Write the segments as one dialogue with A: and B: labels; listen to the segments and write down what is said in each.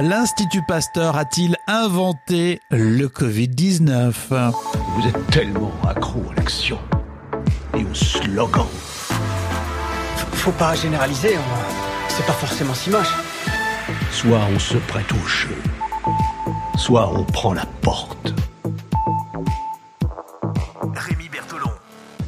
A: l'Institut Pasteur a-t-il inventé le Covid-19
B: Vous êtes tellement accro à l'action et au slogan.
C: Faut pas généraliser, hein. c'est pas forcément si moche.
B: Soit on se prête au jeu, soit on prend la porte.
D: Rémi Bertolon,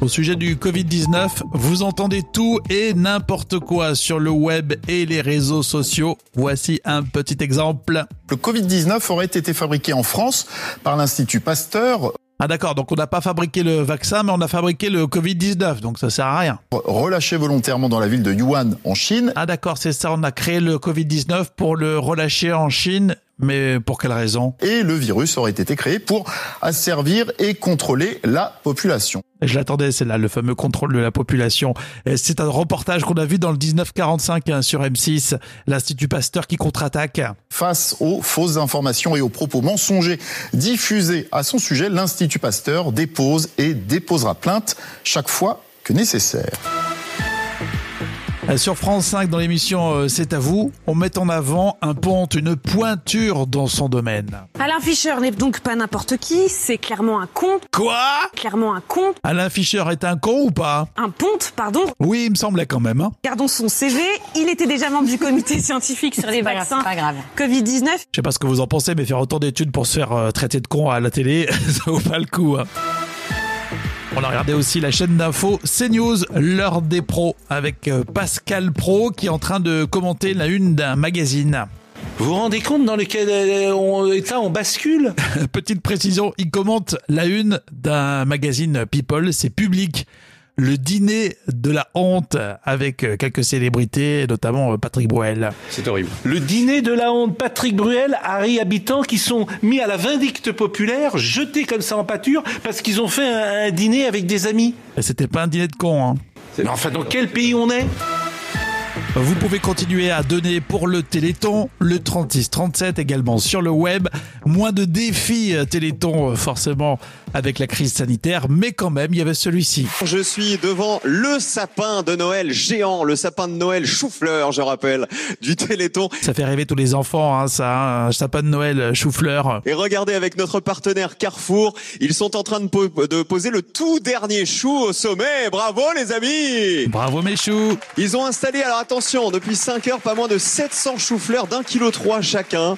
A: Au sujet du Covid-19, vous entendez tout et n'importe quoi sur le web et les réseaux sociaux. Voici un petit exemple.
E: Le Covid-19 aurait été fabriqué en France par l'Institut Pasteur,
A: Ah d'accord, donc on n'a pas fabriqué le vaccin, mais on a fabriqué le Covid-19, donc ça sert à rien.
E: relâché volontairement dans la ville de Wuhan en Chine.
A: Ah d'accord, c'est ça, on a créé le Covid-19 pour le relâcher en Chine, mais pour quelle raison
E: Et le virus aurait été créé pour asservir et contrôler la population.
A: Je l'attendais, c'est là le fameux contrôle de la population. Et C'est un reportage qu'on a vu dans le 1945 hein, sur M6, l'Institut Pasteur qui contre-attaque.
E: Face aux fausses informations et aux propos mensongers diffusés à son sujet, l'Institut Pasteur dépose et déposera plainte chaque fois que nécessaire.
A: Euh, Sur France 5, dans l'émission euh, C'est à vous, on met en avant un ponte, une pointure dans son domaine.
F: Alain Fischer n'est donc pas n'importe qui, c'est clairement un con,
A: Quoi
F: clairement un con,
A: Alain Fischer est un con ou pas
F: un ponte, pardon.
A: Oui, il me semblait quand même. Hein.
F: Regardons son CV, il était déjà membre du comité scientifique sur les
G: C'est pas grave,
F: vaccins
G: c'est pas grave.
F: Covid-19.
A: Je sais pas ce que vous en pensez, mais faire autant d'études pour se faire euh, traiter de con à la télé, ça vaut pas le coup. hein. On a regardé aussi la chaîne d'infos CNews, l'heure des pros, avec euh, Pascal Pro qui est en train de commenter la une d'un magazine.
H: Vous vous rendez compte dans lequel euh, on, état on bascule
A: Euh, Petite précision, il commente la une d'un magazine People, c'est public. Le dîner de la honte avec euh, quelques célébrités, notamment euh, Patrick Bruel.
H: Le dîner de la honte, Patrick Bruel, Harry Habitant, qui sont mis à la vindicte populaire, jetés comme ça en pâture, parce qu'ils ont fait un, un dîner avec des amis.
A: Et C'était pas un dîner de con, hein.
H: Mais enfin, dans quel pays on est
A: Vous pouvez continuer à donner pour le Téléthon, le 36-37 également sur le web. Moins de défis euh, Téléthon, euh, forcément, avec la crise sanitaire, mais quand même, il y avait celui-ci.
I: Je suis devant le sapin de Noël géant, le sapin de Noël chou-fleur, je rappelle, du Téléthon.
A: Ça fait rêver tous les enfants, hein, ça, hein, un sapin de Noël euh, chou-fleur.
I: Et regardez avec notre partenaire Carrefour, ils sont en train de, po- de poser le tout dernier chou au sommet. Bravo les amis
A: Bravo mes choux
I: Ils ont installé, alors attention, depuis 5 heures, pas moins de 700 chou-fleurs d'un kilo trois chacun.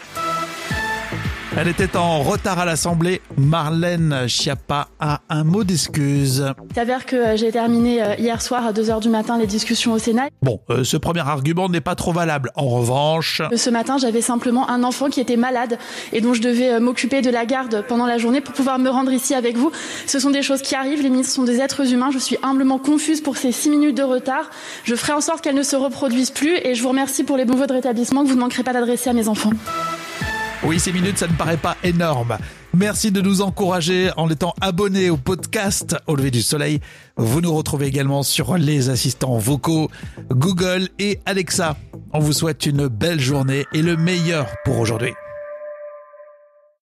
A: Elle était en retard à l'Assemblée. Marlène Schiappa a un mot d'excuse.
J: Il s'avère que euh, j'ai terminé euh, hier soir à 2h du matin les discussions au Sénat.
A: Bon, euh, ce premier argument n'est pas trop valable. En revanche,
J: Que Euh, Ce matin, j'avais simplement un enfant qui était malade et dont je devais euh, m'occuper de la garde pendant la journée pour pouvoir me rendre ici avec vous. Ce sont des choses qui arrivent, les ministres sont des êtres humains. Je suis humblement confuse pour ces 6 minutes de retard. Je ferai en sorte qu'elles ne se reproduisent plus et je vous remercie pour les bons voeux de rétablissement que vous ne manquerez pas d'adresser à mes enfants.
A: oui, ces minutes, ça ne paraît pas énorme. Merci de nous encourager en étant abonnés au podcast Au lever du soleil. Vous nous retrouvez également sur les assistants vocaux, Google et Alexa. On vous souhaite une belle journée et le meilleur pour aujourd'hui.